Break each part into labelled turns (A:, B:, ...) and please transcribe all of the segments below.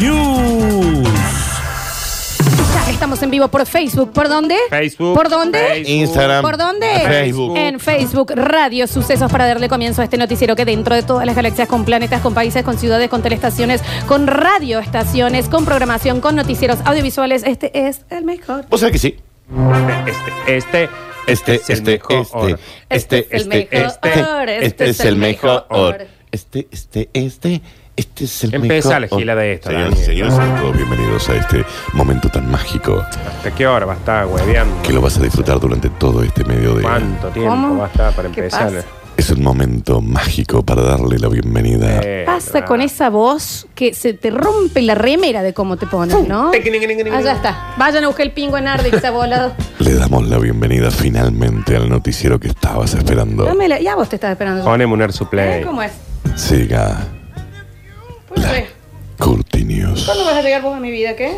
A: News.
B: Ya Estamos en vivo por Facebook. ¿Por dónde?
C: Facebook.
B: ¿Por dónde?
C: Facebook.
D: Instagram.
B: ¿Por dónde?
D: Facebook.
B: En Facebook, Radio Sucesos, para darle comienzo a este noticiero que dentro de todas las galaxias, con planetas, con países, con ciudades, con telestaciones, con radioestaciones, con programación, con noticieros audiovisuales, este es el mejor.
D: ¿Vos sabés que sí?
C: Este, este,
D: Este,
C: es el
D: este,
C: mejor.
D: este,
B: Este
D: este,
B: es el
D: este,
B: mejor,
D: este, este es el mejor. Este, este, este, este es el mejor.
C: Empieza la gila de esto,
D: Señoras y
C: Daniel.
D: señores, sean todos bienvenidos a este momento tan mágico
C: ¿Hasta qué hora va a estar hueveando?
D: que lo vas a disfrutar durante todo este medio de...
C: ¿Cuánto tiempo
B: ¿Cómo?
C: va a estar para
B: ¿Qué
C: empezar?
B: pasa?
D: Es un momento mágico para darle la bienvenida.
C: Eh,
B: Pasa
C: nada.
B: con esa voz que se te rompe la remera de cómo te pones, ¿no? Allá está. Vayan a buscar el pingo en Arde que está volado.
D: Le damos la bienvenida finalmente al noticiero que estabas esperando.
B: Dámela. Ya vos te estás esperando. ¿Eh?
C: Poneme un air supply.
B: ¿Cómo es?
D: Siga
B: Pues, eh,
D: Curti News.
B: ¿Cuándo vas a llegar vos a mi vida, qué?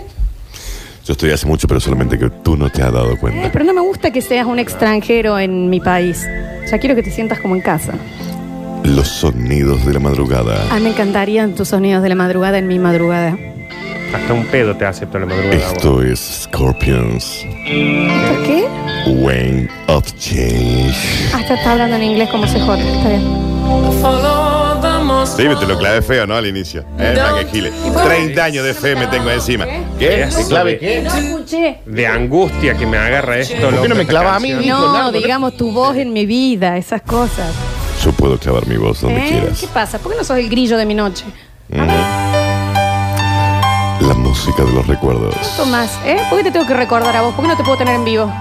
D: Yo estoy hace mucho, pero solamente que tú no te has dado
B: Eh,
D: cuenta.
B: pero no me gusta que seas un extranjero en mi país. Ya quiero que te sientas como en casa.
D: Los sonidos de la
B: A
D: madrugada.
B: mí Ah, me encantarían tus sonidos de la madrugada en mi madrugada.
C: Hasta un pedo te acepto la madrugada. vos.
D: Esto es Scorpions,
B: ¿Esto es qué?
D: Wayne of Change.
B: Hasta Ah, está hablando en inglés como se jode. Está bien.
D: Sí, te lo clave feo, ¿no? Al inicio. Eh, para que gile. 30 años de fe me tengo encima. ¿Qué?
C: ¿Te clave qué?
B: No escuché.
C: De angustia que me agarra esto.
D: ¿Por qué no
C: loco,
D: me
C: esta
D: clava a
C: canción.
D: mí?
B: No, digamos tu voz en mi vida, esas cosas.
D: Yo puedo clavar mi voz donde
B: ¿Eh?
D: quieras.
B: ¿Qué pasa? ¿Por qué no sos el grillo de mi noche?
D: La música de los recuerdos.
B: Tomás, ¿eh? ¿Por qué te tengo que recordar a vos? ¿Por qué no te puedo tener en vivo?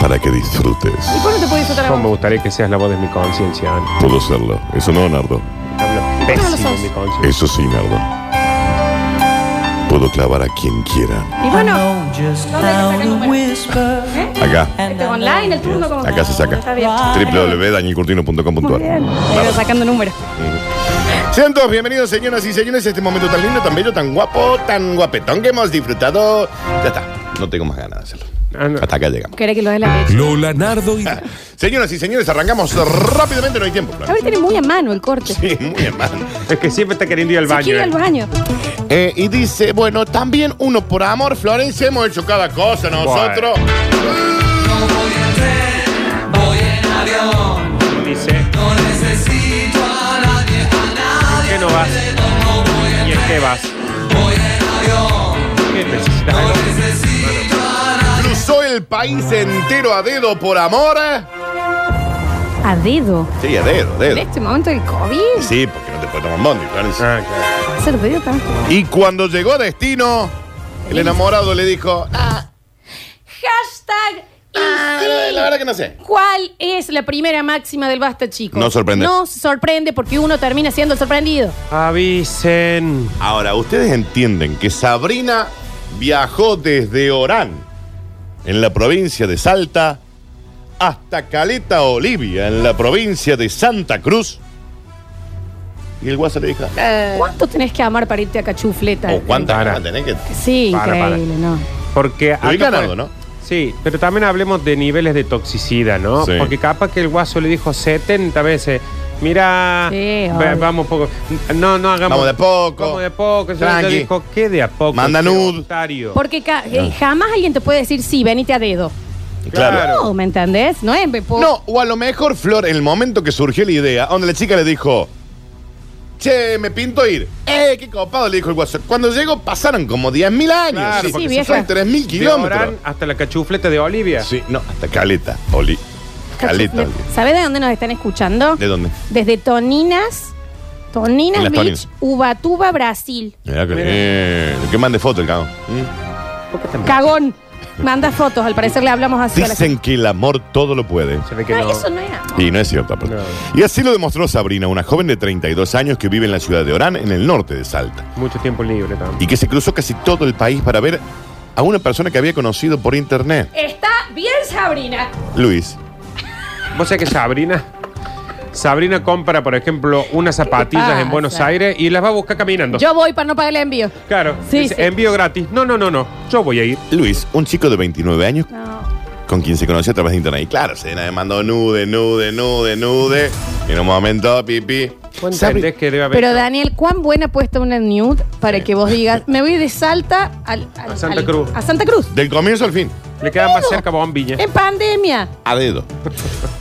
D: Para que disfrutes.
B: ¿Y por qué no te puedo disfrutar a
C: ¿Cómo me
B: vos?
C: gustaría que seas la voz de mi conciencia, Dani?
D: Puedo serlo. Eso no, Nardo.
C: Hablo
B: no lo
C: pésimo
B: sos?
C: de mi conciencia.
D: Eso sí, Nardo. Puedo clavar a quien quiera.
B: Y bueno,
D: Acá.
B: este online, el turno como
D: Acá se saca.
B: Está bien. Muy bien.
D: www.danielcurtino.com.ar
B: Ahí va sacando números.
D: Sean todos bienvenidos, señoras y señores, a este momento tan lindo, tan bello, tan guapo, tan guapetón que hemos disfrutado. Ya está, no tengo más ganas de hacerlo.
C: Ah, no.
D: Hasta acá llegamos.
B: ¿Querés que lo dé la leche?
A: Lola Nardo y...
D: Señoras y señores, arrancamos rápidamente, no hay tiempo.
B: A ver, tiene muy a mano el corte.
D: Sí, muy hermano.
C: Es que siempre está queriendo ir al
B: Se
C: baño.
B: quiere ir al
C: eh.
B: baño.
D: Eh, y dice, bueno, también uno por amor, Florencia, hemos hecho cada cosa nosotros.
C: Dice, ¿por qué no vas? ¿Y en qué vas? ¿Qué necesitas algo?
D: Cruzó el país entero a dedo por amor.
B: A dedo.
D: Sí, a dedo, a
B: En
D: dedo.
B: este momento del COVID.
D: Sí, porque no te puedes tomar bondi, Florencia.
C: Ah, claro.
B: Se lo pidió tanto.
D: Y cuando llegó a destino, el enamorado le dijo, ah,
B: Hashtag. y sí.
D: la verdad que Ah, no sé.
B: ¿Cuál es la primera máxima del basta, chicos?
D: No sorprender.
B: No sorprende porque uno termina siendo el sorprendido.
C: Avisen.
D: Ahora, ustedes entienden que Sabrina viajó desde Orán, en la provincia de Salta, hasta Caleta Olivia, en la provincia de Santa Cruz. Y el guasa le dijo, eh,
B: ¿Cuánto tenés que amar para irte a cachufleta?
D: ¿o cuántas
C: Para.
D: ganas tenés que...?
B: Sí,
C: Para, para.
B: increíble, ¿no?
C: Porque acá
D: Lo ubican
C: fue-
D: algo, ¿no?
C: Sí, pero también hablemos de niveles de toxicidad, ¿no?
D: Sí.
C: Porque capaz que el guaso le dijo 70 veces, mira,
B: Sí,
C: ve-
B: obvio.
C: vamos poco, no, no hagamos...
D: Vamos de poco.
C: Vamos de poco, eso
D: Tranqui.
C: le dijo, ¿qué de a poco?
D: Manda
C: qué
D: nude.
C: otario".
B: Porque ca- eh, jamás alguien te puede decir sí, venite a dedo.
D: Claro.
C: Claro.
B: No, ¿me entendés? No es bepo.
D: No, o a lo mejor, Flor, en el momento que surgió la idea, donde la chica le dijo, che, me pinto ir. ¡Eh, qué copado! Le dijo el guaso. Cuando llegó pasaron como 10.000 años.
C: Claro,
D: Sí,
B: porque Sí,
D: son
B: vieja.
D: 3.000
C: De
D: kilómetros.
C: Orán hasta la cachufleta de Olivia.
D: Sí, no, hasta Caleta, Oli. Caleta, Oli.
B: ¿Sabés de dónde nos están escuchando?
D: ¿De dónde?
B: Desde Toninas, Toninas
D: En las
B: Beach,
D: Toninas.
B: Ubatuba, Brasil.
D: Mirá que
C: Mirá.
D: bien. Que mande foto el cagón.
C: ¿Por qué tan-
B: Cagón. Manda fotos, al parecer le hablamos así a la
D: Dicen que el amor todo lo puede.
C: Se ve que
B: gente. No, Ah,
C: no.
B: eso no es amor.
D: Y no es cierto, aparte.
C: No.
D: Y así lo demostró Sabrina, una joven de 32 años que vive en la ciudad de Orán, en el norte de Salta,
C: Mucho tiempo libre también.
D: y que se cruzó casi todo el país para ver a una persona que había conocido por internet.
B: Está bien, Sabrina.
D: Luis.
C: Vos sabés que Sabrina. Sabrina compra, por ejemplo, unas zapatillas
B: pasa?
C: en Buenos Aires y las va a buscar caminando.
B: Ah, Yo voy para no pagar el envío.
C: Claro.
B: Sí,
C: dice,
B: sí.
C: Envío gratis. No, no, no, no. Yo voy a ir.
D: Luis, un chico de 29 años
B: No.
D: con quien se conoció a través de internet. Y claro, se le mandó nude, nude, nude, nude. Y en un momento, pipi.
C: ¿Vos
D: Sabri-
C: entendés que debe haber?
B: Pero Daniel, ¿cuán buena puesta una nude para que vos digas, me voy de Salta al- al-
C: A Santa
B: al-
C: Cruz.
B: A Santa Cruz.
D: Del comienzo al fin,
C: Le queda más cerca Bombiña.
B: En pandemia.
D: a dedo.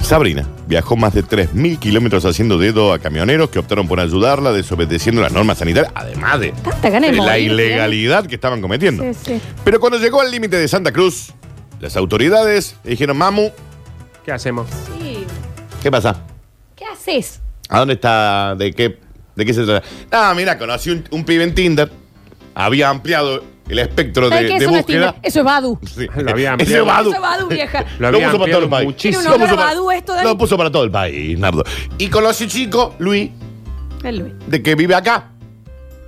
D: Sabrina viajó más de 3.000 kilómetros haciendo dedo a camioneros que optaron por ayudarla desobedeciendo las normas sanitarias, además de,
B: Tanta gana de
D: de la
B: morir, ¿eh?
D: ilegalidad que estaban cometiendo.
B: Sí, sí.
D: Pero cuando llegó al límite de Santa Cruz, las autoridades le dijeron, mamu,
C: ¿Qué hacemos?
B: Sí.
D: ¿qué pasa?
B: ¿Qué haces?
D: ¿A dónde está? ¿De qué, de qué se trata? Ah, mira, conocí un, un pibe en Tinder. Había ampliado el espectro de,
B: ¿Sabes qué?
D: de
B: Eso no es
D: búsqueda.
B: Tinder, Eso es Badu.
D: Sí.
C: Lo había
D: Ese
C: ampliado.
D: Badu.
B: Eso es Badu, vieja.
C: Lo había
D: puso para todo el
C: ampliado
D: país.
C: muchísimo.
B: Tiene un
D: puso
B: olor a
D: para-
B: Badu esto, Dani.
D: lo puso para todo el país, Nardo. Y conocí chico, Luis,
B: El Luis.
D: de que vive acá.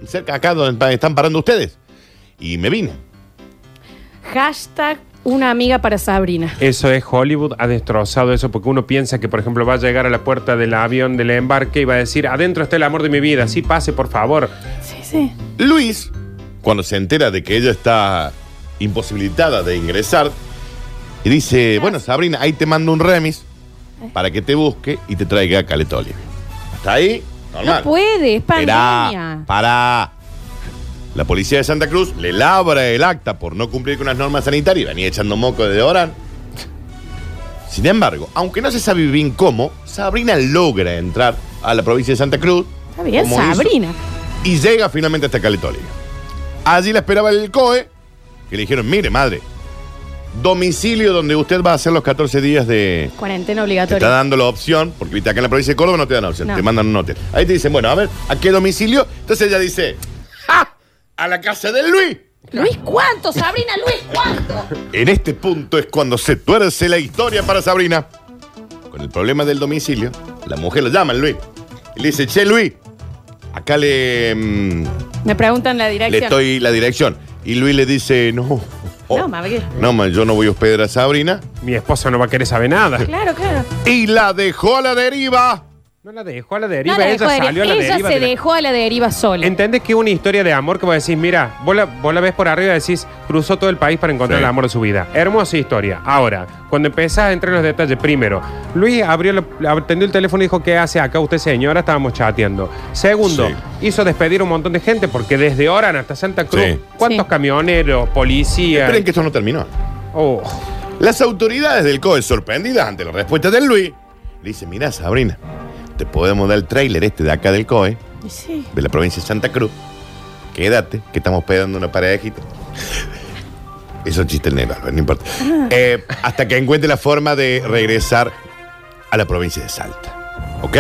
D: Cerca acá donde pa- están parando ustedes. Y me vine.
B: Hashtag una amiga para Sabrina.
C: Eso es Hollywood, ha destrozado eso porque uno piensa que, por ejemplo, va a llegar a la puerta del avión del embarque y va a decir, adentro está el amor de mi vida, sí pase, por favor.
B: Sí, sí.
D: Luis, cuando se entera de que ella está imposibilitada de ingresar, y dice, bueno, Sabrina, ahí te mando un remis
B: Eh.
D: para que te busque y te traiga a Caleta Olivia. Hasta ahí, normal.
B: No puede, es
D: Esperá,
B: pandemia.
D: pará. La policía de Santa Cruz le labra el acta por no cumplir con las normas sanitarias. Venía echando moco desde Orán. Sin embargo, aunque no se sabe bien cómo, Sabrina logra entrar a la provincia de Santa Cruz.
B: Está bien,
D: como hizo,
B: Sabrina.
D: y llega finalmente hasta Caletólica. Allí la esperaba el COE, que le dijeron, mire, madre, domicilio donde usted va a hacer los 14 días de...
B: Cuarentena
D: Te está
B: obligatoria.
D: dando la opción, porque viste, acá en la provincia de Córdoba no te dan opción,
B: No.
D: te mandan un hotel. Ahí te dicen, bueno, a ver, ¿a qué domicilio? Entonces ella dice, ¡ja! A la casa de Luis.
B: Luis, ¿cuánto? Sabrina, Luis, ¿cuánto?
D: En este punto es cuando se tuerce la historia para Sabrina. Con el problema del domicilio, la mujer lo llama a Luis. Y le dice, che, Luis, acá le... mm,
B: Me preguntan la
D: Le
B: dirección.
D: estoy la dirección. Y Luis le dice, no. oh,
B: No, ma, ¿qué?
D: No, ma, yo no voy a hospedar a Sabrina.
C: Mi esposa no va a querer saber nada.
B: Claro, claro.
D: Y la dejó a la deriva.
C: No la dejó a la
B: No
C: deriva,
B: la
C: ella
B: dejó de-
C: salió a la
B: ella
C: deriva.
B: se
C: de la-
B: dejó a la deriva sola.
C: ¿Entendés que una historia de amor que vos decís, mira, vos la, vos la ves por arriba y decís, cruzó todo el país para encontrar
D: Sí.
C: el amor de su vida? Hermosa historia. Ahora, cuando empezás a entrar en los detalles, primero, Luis abrió, la- atendió el teléfono y dijo, ¿qué hace acá usted, señora? Estábamos chateando. Segundo,
D: Sí.
C: hizo despedir un montón de gente porque desde Oran hasta Santa Cruz,
D: Sí.
C: ¿cuántos
B: Sí.
C: camioneros, policías?
D: Esperen que esto no terminó.
C: Oh,
D: Las autoridades del COE, sorprendidas ante la respuesta de Luis, le dicen, mirá, Sabrina, te podemos dar el tráiler este de acá del COE,
B: Sí.
D: de la provincia de Santa Cruz. Quédate, que estamos hospedando una parejita. Eso es chiste negro, no importa.
B: Ah.
D: Eh, hasta que encuentre la forma de regresar a la provincia de Salta. ¿Ok?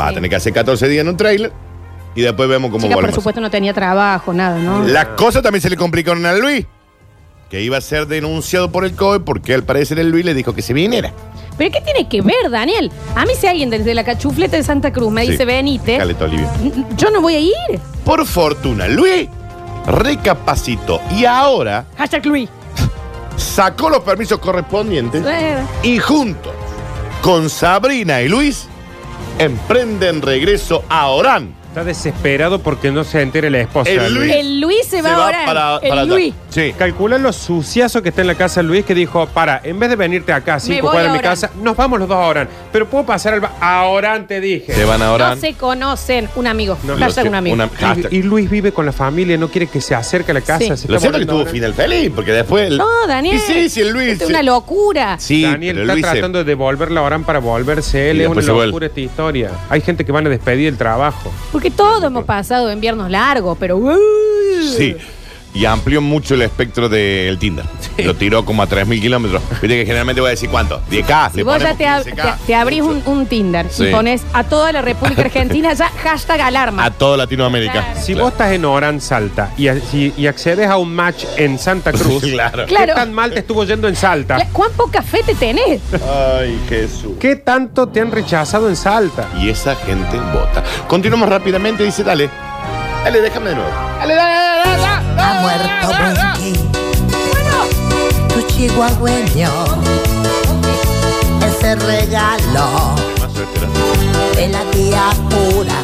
D: Va a
B: Sí.
D: tener que hacer 14 días en un trailer y después vemos cómo
B: Chica, por
D: volvemos.
B: supuesto, no tenía trabajo, nada, ¿no?
D: Las cosas también se le complicaron a Luis, que iba a ser denunciado por el COE porque al parecer el Luis le dijo que se viniera.
B: ¿Pero qué tiene que ver, Daniel? A mí si alguien desde la cachufleta de Santa Cruz me
D: Sí.
B: dice, venite,
D: Caleta, Olivia.
B: n- yo no voy a ir.
D: Por fortuna, Luis recapacitó y ahora
B: Hashtag Luis.
D: sacó los permisos correspondientes
B: Eh,
D: y juntos con Sabrina y Luis emprenden regreso a Orán.
C: está desesperado porque no se entere la esposa.
D: El
C: de
D: Luis.
B: El Luis se, va, ahora. el
D: allá.
B: Luis.
D: Sí.
C: Calcula lo suciazo que está en la casa de Luis que dijo, para, en vez de venirte acá a
B: Me
C: cinco
B: voy
C: cuadras de
B: a
C: mi
B: Orán.
C: casa, nos vamos los dos a Orán. Pero puedo pasar al... ba- A Orán te dije.
D: Se van a Orán.
B: No se conocen. Un amigo.
C: No,
B: Hashtag
D: Lo
B: un
D: que-
B: amigo.
D: una-
C: Y-
D: hashtag.
C: Y Luis vive con la familia, no quiere que se acerque a la casa.
B: Sí.
C: se
D: Lo
C: está
D: cierto es que
C: volviendo
D: tuvo
C: Orán.
D: final feliz, porque después... el-
B: No, Daniel.
D: Y sí, sí, el Luis...
B: Esto Es una locura.
D: Sí,
C: Daniel
D: pero
C: está
D: Luis se-
C: tratando de devolverla a Orán para volverse
D: Y
C: él. Es una
D: después se
C: locura
D: vuelve.
C: esta historia. Hay gente que van a despedir el trabajo.
B: Porque todos hemos pasado inviernos largos, pero. uh,
D: Sí. Y amplió mucho el espectro del Tinder. Lo tiró como a 3.000 kilómetros. Viste que generalmente voy a decir cuánto. 10K.
B: Si
D: le
B: vos ya
D: ponemos
B: te, ab-
D: 15K.
B: te- te abrís un, un Tinder
D: Sí.
B: y pones a toda la República Argentina ya hashtag alarma.
D: A toda Latinoamérica.
B: Claro.
C: Si vos estás en Orán, Salta, y, y- y accedes a un match en Santa Cruz,
D: Claro.
C: ¿qué
B: Claro.
C: tan mal te estuvo yendo en Salta?
B: La- ¿Cuán poca fe te tenés?
D: Ay, Jesús.
C: ¿Qué tanto te han rechazado en Salta?
D: Y esa gente vota. Continuamos rápidamente. Dice, dale. Dale, déjame de nuevo. Dale, dale, dale, dale, dale,
E: Ha
D: dale,
E: muerto pues.
D: dale, dale.
E: Ricky. tu chihuahueño ese regalo
D: Más etcétera.
E: de la tía pura.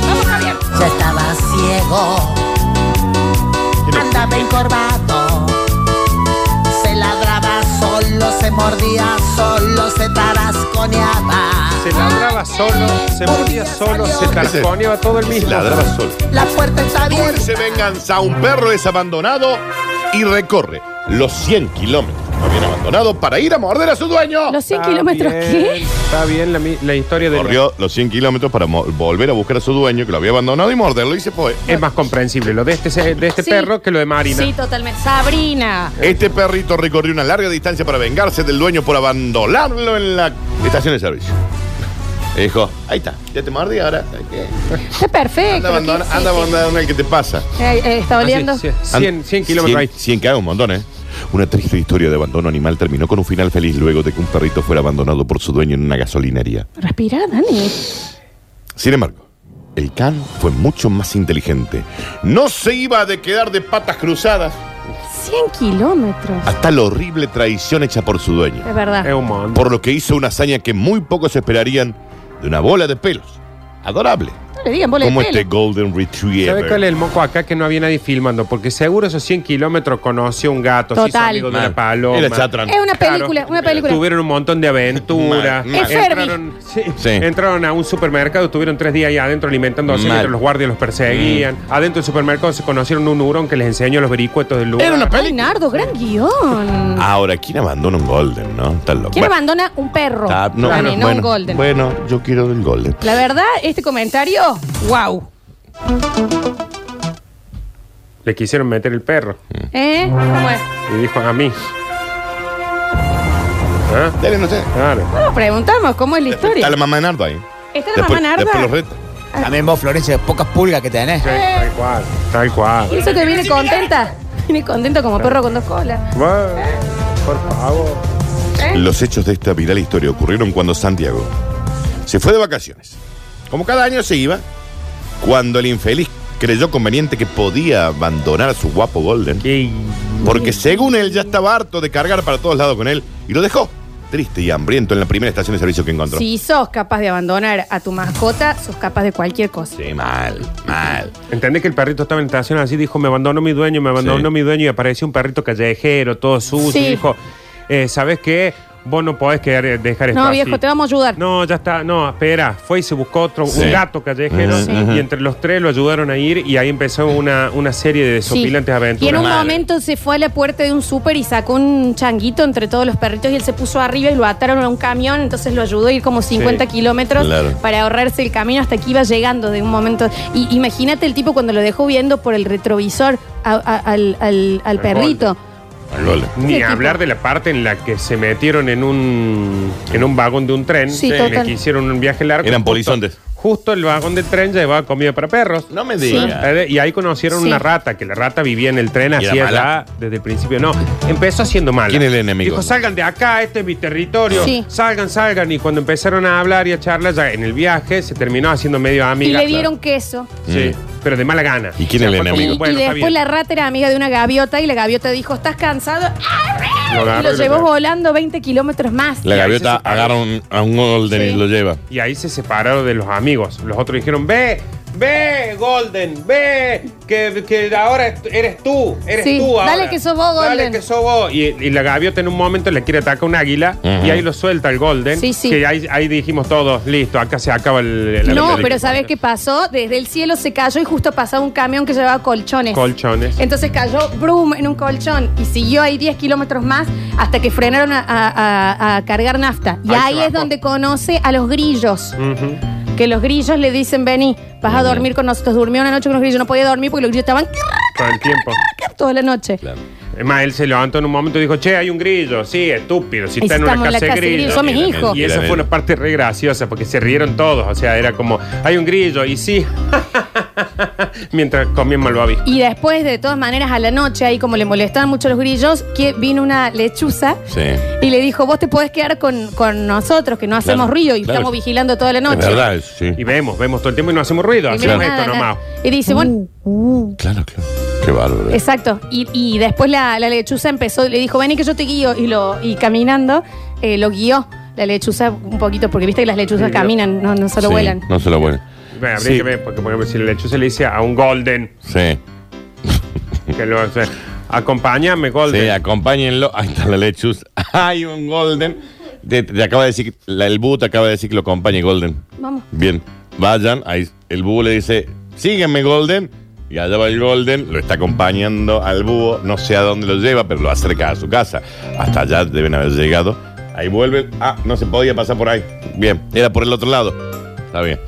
B: Vamos, Javier.
E: Ya estaba ciego, andaba encorvado, se ladraba solo, se mordía solo, se tarasconeaba.
C: Se ladraba solo, se mordía solo, se tarconeaba todo el mismo.
D: Ladraba solo.
E: La puerta está
D: Dulce
E: abierta.
D: venganza. Un perro es abandonado y recorre los 100 kilómetros. No bien abandonado para ir a morder a su dueño.
B: Los 100
C: Está
B: kilómetros,
C: bien,
B: ¿qué?
C: Está bien la, mi- la historia de...
D: Corrió los 100 kilómetros para mo- volver a buscar a su dueño que lo había abandonado y morderlo y se fue.
C: Es más comprensible lo de este, se- de este
B: Sí.
C: perro que lo de Marina.
B: Sí, totalmente. Sabrina.
D: Este perrito recorrió una larga distancia para vengarse del dueño por abandonarlo en la estación de servicio. Dijo, ahí está, ya te mordí ahora. ¿qué?
B: Está perfecto.
D: Anda abandona,
B: ¿qué? Sí,
D: anda
B: sí.
D: abandona el que te pasa.
B: Eh, eh, está
C: Ah, sí,
B: oliendo.
C: sí, 100, 100 kilómetros ahí.
D: 100 cae un montón, ¿eh? Una triste historia de abandono animal terminó con un final feliz luego de que un perrito fuera abandonado por su dueño en una gasolinería.
B: Respira, Dani.
D: Sin embargo, el can fue mucho más inteligente. No se iba a de quedar de patas cruzadas
B: 100 kilómetros.
D: hasta la horrible traición hecha por su dueño.
B: Es verdad.
C: Es un montón.
D: Por lo que hizo una hazaña que muy pocos esperarían de una bola de pelos. Adorable.
B: No le digan bola de
D: Como
B: pelo.
D: este Golden
C: ¿Sabe cuál es
D: Retriever.
C: el moco acá? Que no había nadie filmando, porque seguro esos 100 kilómetros conoció un gato, se hizo
B: Total.
C: amigo de
D: Mal.
C: una paloma.
D: Era chatrán.
B: Es una
C: Claro.
B: película, una película.
C: Tuvieron un montón de aventuras.
D: Mal, mal.
B: Es Ferbi.
C: entraron, sí,
D: Sí.
C: entraron a un supermercado, estuvieron tres días ahí adentro alimentándose
D: Mal. Mm.
C: mientras los guardias los perseguían. Adentro del supermercado se conocieron un hurón que les enseñó los vericuetos del lugar.
D: Era una
B: Ay,
D: película.
B: Nardo, gran guión.
D: Ahora, ¿quién abandona un Golden, no? Está loco.
B: ¿Quién
D: Bueno,
B: abandona un perro?
D: está- no,
B: Dani, no un
D: bueno,
B: golden.
D: Bueno, yo quiero el Golden.
B: La verdad, este comentario, wow.
C: Le quisieron meter el perro
B: ¿Eh? ¿Cómo es?
C: y dijo a mí. ¿Ah?
D: Dale, no sé.
C: Claro.
B: Nos preguntamos cómo es la
D: Está
B: historia.
D: la mamá de Nardo ahí.
B: Está la mamá
D: Después-
B: Narda.
D: Después los reta.
E: También vos, Florencia, pocas pulgas que tenés.
C: Sí,
B: Eh.
C: tal cual. Tal cual.
B: Y eso que viene contenta. Viene contenta como perro con dos colas.
C: Bueno, Por favor.
B: ¿Eh?
D: Los hechos de esta viral historia ocurrieron cuando Santiago se fue de vacaciones. Como cada año se iba, cuando el infeliz creyó conveniente que podía abandonar a su guapo Golden,
C: Qué-
D: porque según él ya estaba harto de cargar para todos lados con él, y lo dejó triste y hambriento en la primera estación de servicio que encontró.
B: Si sos capaz de abandonar a tu mascota, sos capaz de cualquier cosa.
D: Sí, mal, mal.
C: Entendés que el perrito estaba en estación así, dijo, me abandonó mi dueño, me abandonó
D: Sí.
C: mi dueño y apareció un perrito callejero, todo sucio,
B: Sí.
C: y dijo, eh, ¿sabes qué? Vos no podés quedar, eh, dejar esto
B: No, viejo,
C: así".
B: te vamos a ayudar.
C: No, ya está, no, espera, fue y se buscó otro,
D: Sí.
C: un gato callejero
D: Sí.
C: y entre los tres lo ayudaron a ir y ahí empezó una, una serie de
B: Sí.
C: desopilantes
B: Y en
C: aventuras.
B: un
D: Madre.
B: momento se fue a la puerta de un súper y sacó un changuito entre todos los perritos y él se puso arriba y lo ataron a un camión, entonces lo ayudó a ir como 50
C: Sí.
B: kilómetros
D: Claro.
B: para ahorrarse el camino hasta que iba llegando de un momento. Y imagínate el tipo cuando lo dejó viendo por el retrovisor a- a- al, al- al
C: Al
B: perrito.
D: Al Golden.
C: Ni
B: Ese
C: hablar
B: este tipo.
C: de la parte en la que se metieron en un en un vagón de un tren,
B: Sí,
C: en el
B: total.
C: que hicieron un viaje largo.
D: Eran
C: Justo-
D: polizontes.
C: Justo el vagón del tren llevaba comida para perros.
D: No me
B: digas.
D: digas.
C: Eh, Y ahí conocieron
B: Sí.
C: una rata, que la rata vivía en el tren,
D: ¿Y era
C: hacía
D: mala?
C: ya desde el principio. No, empezó siendo mala.
D: ¿Quién es el enemigo?
C: Dijo, salgan de acá, este es mi territorio.
B: Sí.
C: Salgan, salgan. Y cuando empezaron a hablar y a charlar, ya en el viaje se terminó haciendo medio
B: Y
C: amiga.
B: le dieron queso.
C: Sí, pero de mala gana.
D: Mm. ¿Y quién es el
C: fue como,
D: enemigo?
B: Y,
C: bueno,
B: y
C: está
B: después la
C: bien.
B: rata era amiga de una gaviota y la gaviota dijo, ¿estás cansado?
C: Lo
B: Y
C: agarró
B: lo
C: y lo
B: llevó
C: trajo.
B: volando 20 kilómetros más.
D: La
C: Y ahí se
D: gaviota
C: separó.
D: agarra un- a un Golden y
B: Sí.
D: lo lleva.
C: Y ahí se separaron de los amigos. Los otros dijeron, ve, ve, Golden, ve, que, que ahora est- eres tú, eres
B: Sí,
C: tú ahora.
B: dale que sos vos, Golden.
C: Dale que sos vos. Y, y la gaviota en un momento le quiere atacar un águila
D: Ujú.
C: y ahí lo suelta el Golden.
B: Sí, sí.
C: Que ahí, ahí dijimos todos, listo, acá se acaba el... la
B: No,
C: película.
B: pero ¿sabes qué pasó? Desde el cielo se cayó y justo pasaba un camión que llevaba colchones.
C: Colchones.
B: Entonces cayó Broom en un colchón y siguió ahí 10 kilómetros más hasta que frenaron a, a- a- a cargar nafta. Y
C: Ahí se
B: ahí es
C: bajó.
B: donde conoce a los grillos.
C: Ujú.
B: Que los grillos le dicen, vení, vas a dormir con nosotros. Durmió una noche con los grillos, no podía dormir porque los grillos estaban
C: Todo el tiempo.
B: toda la noche.
C: Es más, él se levantó en un momento y dijo, che, hay un grillo. Sí, estúpido, si
B: Y
C: está en una
B: estamos en
C: casa,
B: la casa
C: de
B: de grillos,
C: grillos.
B: son mis
D: Claramente.
B: hijos.
C: Y esa fue una parte re graciosa porque se rieron todos. O sea, era como, hay un grillo y sí. Mientras comían malvavisco.
B: Y después, de todas maneras, a la noche, ahí como le molestaban mucho los grillos, que vino una lechuza
D: Sí.
B: Y le dijo, vos te podés quedar con, con nosotros, que no hacemos
D: Claro,
B: ruido y
D: claro.
B: estamos vigilando toda la
D: Es
B: noche.
D: verdad, eso sí.
C: Y vemos, vemos todo el tiempo y no hacemos ruido.
B: Y,
C: Hacemos
B: mira, nada,
C: esto nomás. Mm.
B: nada. Y dice, bueno,
D: Claro, claro. Qué bárbaro.
B: Exacto. Y, y después la, la lechuza empezó, le dijo, vení que yo te guío. Y, lo, y caminando eh, lo guió la lechuza un poquito, porque viste que las lechuzas
C: Sí, lo-
B: caminan, no, no solo
D: Sí,
B: vuelan.
D: No se lo vuelan.
C: Bueno, habría
D: Sí.
C: que ver, porque por ejemplo, si la lechuza le dice a un Golden,
D: Sí.
C: que lo hace, acompáñame,
D: Sí,
C: Golden.
D: acompáñenlo. Ahí está la lechuz. Hay un Golden. Te, te acaba de decir, que- la- el búho te acaba de decir que lo acompañe Golden.
B: Vamos.
D: Bien, vayan. Ahí el búho le dice, sígueme Golden. Y allá va el Golden, lo está acompañando al búho. No sé a dónde lo lleva, pero lo acerca a su casa. Hasta allá deben haber llegado. Ahí vuelven. Ah, no se podía pasar por ahí. Bien, era por el otro lado. Está bien.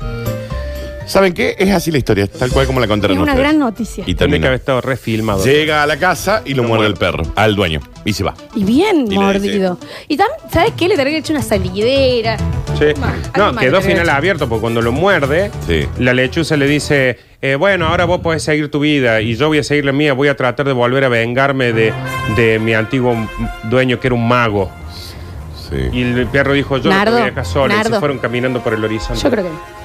D: ¿Saben qué? Es así la historia, tal cual como la
B: Es
D: contaron
B: una
D: ustedes.
B: gran noticia.
D: Y
C: Tiene que
D: termina.
C: haber estado refilmado.
D: Llega a la casa y lo,
C: Lo
D: muere el
C: muerde.
D: perro, al dueño. Y se va.
B: Y bien
D: Y le
B: mordido. Y también, ¿sabes qué? Le tendría que hecho una salidera.
C: Sí.
B: Ma- algo
C: No,
B: más
C: quedó
B: que le
C: final
B: había
C: abierto, porque cuando lo muerde,
D: Sí.
C: la lechuza le dice, eh, bueno, ahora vos podés seguir tu vida y yo voy a seguir la mía, voy a tratar de volver a vengarme de, de mi antiguo dueño que era un mago.
D: Sí.
C: Y el perro dijo, yo
B: Nardo,
C: no voy acá solo, y
B: Nardo.
C: se fueron caminando por el horizonte.
B: Yo creo que no.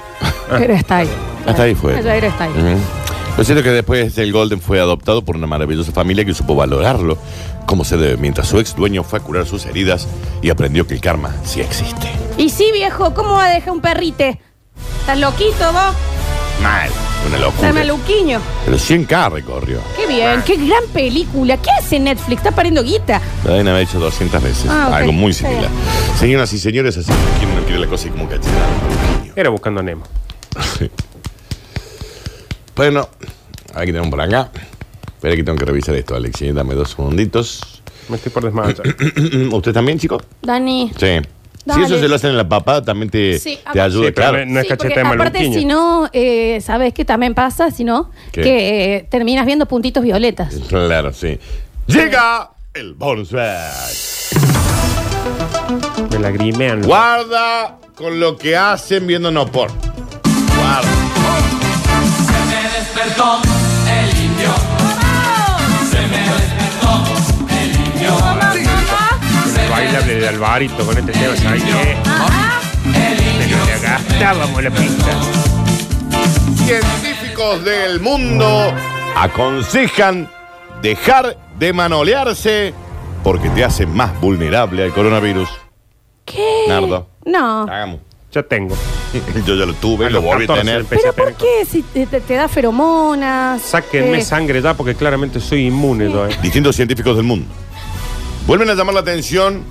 B: Pero está ahí.
D: Hasta ahí fue.
B: Hasta ahí está ahí.
D: Ujú. Lo cierto es que después el Golden fue adoptado por una maravillosa familia que supo valorarlo como se debe, mientras su ex dueño fue a curar sus heridas y aprendió que el karma sí existe.
B: Y sí, viejo, ¿cómo va a dejar un perrite? ¿Estás loquito vos?
D: Mal, una locura.
B: Estás maluquiño.
D: Pero 100K recorrió.
B: Qué bien, qué gran película. ¿Qué hace Netflix? Está pariendo guita.
D: La deben haber hecho 200 veces.
B: Ah, ok.
D: Algo muy
B: Está
D: similar. Señoras y señores, así que quien no quiere la cosa y como cachetada.
C: Era buscando a Nemo.
D: Bueno, aquí tenemos por acá. Espera que tengo que revisar esto, Alexi. Dame dos segunditos.
C: Me estoy por desmayar.
D: ¿Usted también, chicos?
B: Dani.
D: Sí. Si
B: Dale.
D: eso se lo hacen en la papada, también te,
B: Sí,
D: te
B: a-
D: ayuda,
C: Sí, pero
D: claro.
C: no es
B: Sí, porque
C: cachete de
B: aparte,
C: maluquiño.
B: si no, eh, ¿sabes qué también pasa? Si no,
D: ¿Qué?
B: que eh, terminas viendo puntitos violetas.
D: Claro, sí. Llega el bonus track.
C: Me lagrimean. los-
D: Guarda con lo que hacen viéndonos por. Guarda.
C: El bailable de Alvarito con este tema, ¿sabes qué? Pero le gastábamos la pista.
D: Científicos del mundo aconsejan dejar de manolearse porque te hace más vulnerable al coronavirus.
B: ¿Qué?
D: Nardo.
B: No.
D: Hagamos.
C: Ya tengo.
D: Yo ya lo tuve, lo volví a
C: 14
D: tener.
C: empecé
B: ¿Pero
C: a tener
B: por qué? Si te, te- te da feromonas.
C: Sáquenme
B: eh,
C: sangre ya porque claramente soy inmune yo, eh.
D: distintos científicos del mundo. Vuelven a llamar la atención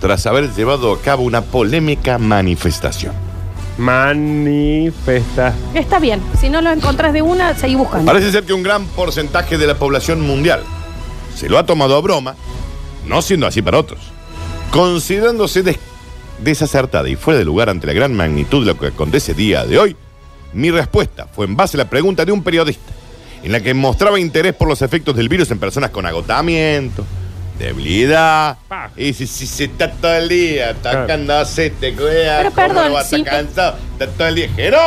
D: tras haber llevado a cabo una polémica manifestación.
C: Manifesta.
B: Está bien. Si no lo encontrás de una, seguí buscando.
D: Parece ser que un gran porcentaje de la población mundial se lo ha tomado a broma, no siendo así para otros, considerándose des- desacertada y fuera de lugar ante la gran magnitud de lo que acontece día de hoy, mi respuesta fue en base a la pregunta de un periodista, en la que mostraba interés por los efectos del virus en personas con agotamiento, debilidad,
C: Paja.
D: y si, si se está todo el día atacándose, te cuida,
B: Pero
D: ¿cómo
B: perdón,
D: no vas a
B: sí,
D: estar cansado? Está todo el día, Jero,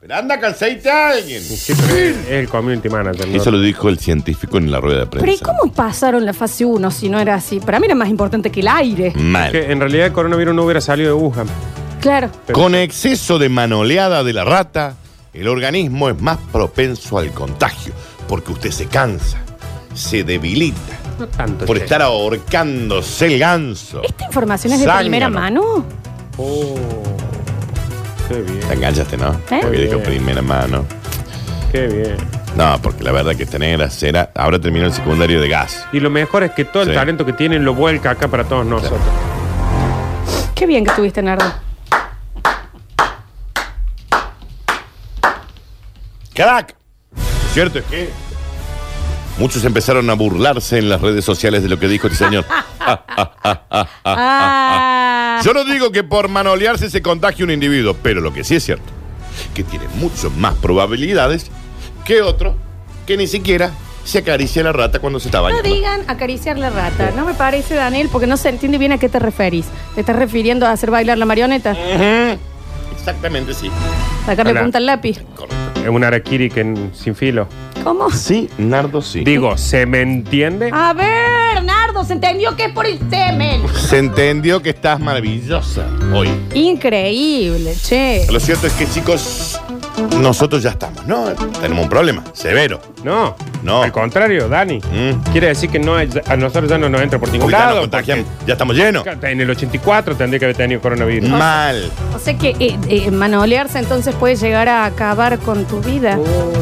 D: pero anda, cansadita alguien.
C: Sí, pero es el community manager. ¿no?
D: Eso lo dijo el científico en la rueda de prensa.
B: Pero ¿y cómo pasaron la fase 1 si no era así? Para mí era más importante que el aire.
D: Mal.
C: Que en realidad el coronavirus no hubiera salido de Wuhan.
B: Claro.
D: Con exceso de manoleada de la rata, el organismo es más propenso al contagio, porque usted se cansa, se debilita
C: No tanto.
D: por
C: che.
D: estar ahorcándose el ganso.
B: ¿Esta información es de
D: Zángano.
B: primera mano?
C: Oh, qué
D: Te
C: bien,
D: enganchaste, ¿no?
B: ¿Eh?
D: Porque dijo primera mano.
C: qué bien.
D: No, porque la verdad que esta negra será. Ahora terminó el secundario de gas.
C: Y lo mejor es que todo el
D: Sí.
C: talento que tienen lo vuelca acá para todos nosotros.
B: Qué bien que estuviste, Nardo.
D: ¡Crack! Lo cierto es que muchos empezaron a burlarse en las redes sociales de lo que dijo este señor.
B: Ah.
D: Yo no digo que por manolearse se contagie un individuo, pero lo que sí es cierto, que tiene mucho más probabilidades que otro que ni siquiera se acaricia la rata cuando se está
B: No
D: bañando.
B: digan acariciar la rata. No me parece, Daniel, porque no se entiende bien a qué te referís. ¿Te estás refiriendo a hacer bailar la marioneta?
D: Ujú. Exactamente, sí.
B: ¿Sacarle
C: Hola.
B: punta al lápiz?
D: Correcto.
C: Es un araquiri que en- sin filo.
B: ¿Cómo?
D: Sí, Nardo, sí.
C: Digo, ¿se me entiende?
B: A ver, Nardo, se entendió que es por el semen.
D: Se entendió que estás maravillosa hoy.
B: Increíble, che.
D: Lo cierto es que, chicos, nosotros ya estamos, ¿no? Tenemos un problema severo.
C: No,
D: No.
C: Al contrario, Dani.
D: Mm.
C: Quiere decir que no, hay- a nosotros ya no nos entra por ningún
D: Porque ya nos
C: lado.
D: contagiamos, ya estamos llenos.
C: porque En el 84 tendría que haber tenido coronavirus.
D: Mal.
B: O sea que eh, eh, manolearse entonces puede llegar a acabar con tu vida.
D: Oh,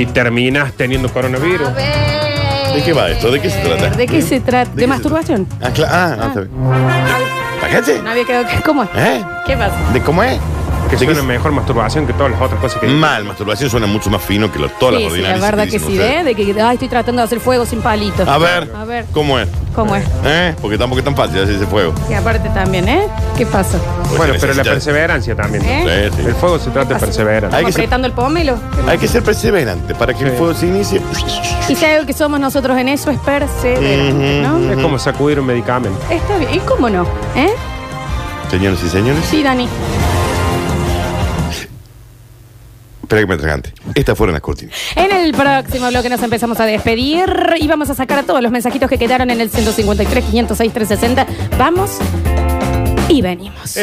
C: Y terminas teniendo coronavirus.
B: A ver.
D: ¿De qué va esto? ¿De qué se trata?
B: ¿De qué se trata?
D: ¿De
B: ¿De,
D: qué
B: masturbación?
D: Ah, cla- ah, ah, está bien. ¿Tacache?
B: Ah. No había quedado que. ¿Cómo es?
D: ¿Eh?
B: ¿Qué pasa?
D: ¿De cómo es?
C: Que
D: ¿De qué
C: suena
D: se-
C: mejor masturbación que todas las otras cosas que.
D: Mal, masturbación suena mucho más fino que lo, todas
B: sí,
D: las
B: sí, la
D: ordinarias.
B: verdad que
D: dicen
B: sí,
D: ustedes.
B: ¿eh? De que, ay, estoy tratando de hacer fuego sin palitos.
D: A ver,
B: A ver.
D: ¿cómo es?
B: ¿Cómo es?
D: ¿Eh? Porque tampoco es tan fácil hacer ese fuego.
B: Y aparte también, ¿eh? ¿Qué pasa?
D: Porque
C: Bueno,
D: se
C: pero la
D: necesita-
C: perseverancia también.
B: ¿Eh?
D: Sí, sí.
C: El fuego se trata de
B: Así.
C: perseverancia.
D: Hay
B: ¿Estamos
D: que ser-
B: apretando el pomelo?
D: Hay que ser perseverante para que el
C: Sí.
D: fuego se inicie.
B: Y si hay algo que somos nosotros en eso es perseverante,
D: Ujú.
B: ¿no?
C: Es como sacudir un medicamento.
B: Está bien. ¿Y cómo no? ¿Eh?
D: Señoras y señores,
B: Sí, Dani.
D: espera que me atragante. Estas fueron las cortinas.
B: En el próximo bloque nos empezamos a despedir y vamos a sacar todos los mensajitos que quedaron en el 153, 506, 360. Vamos y venimos.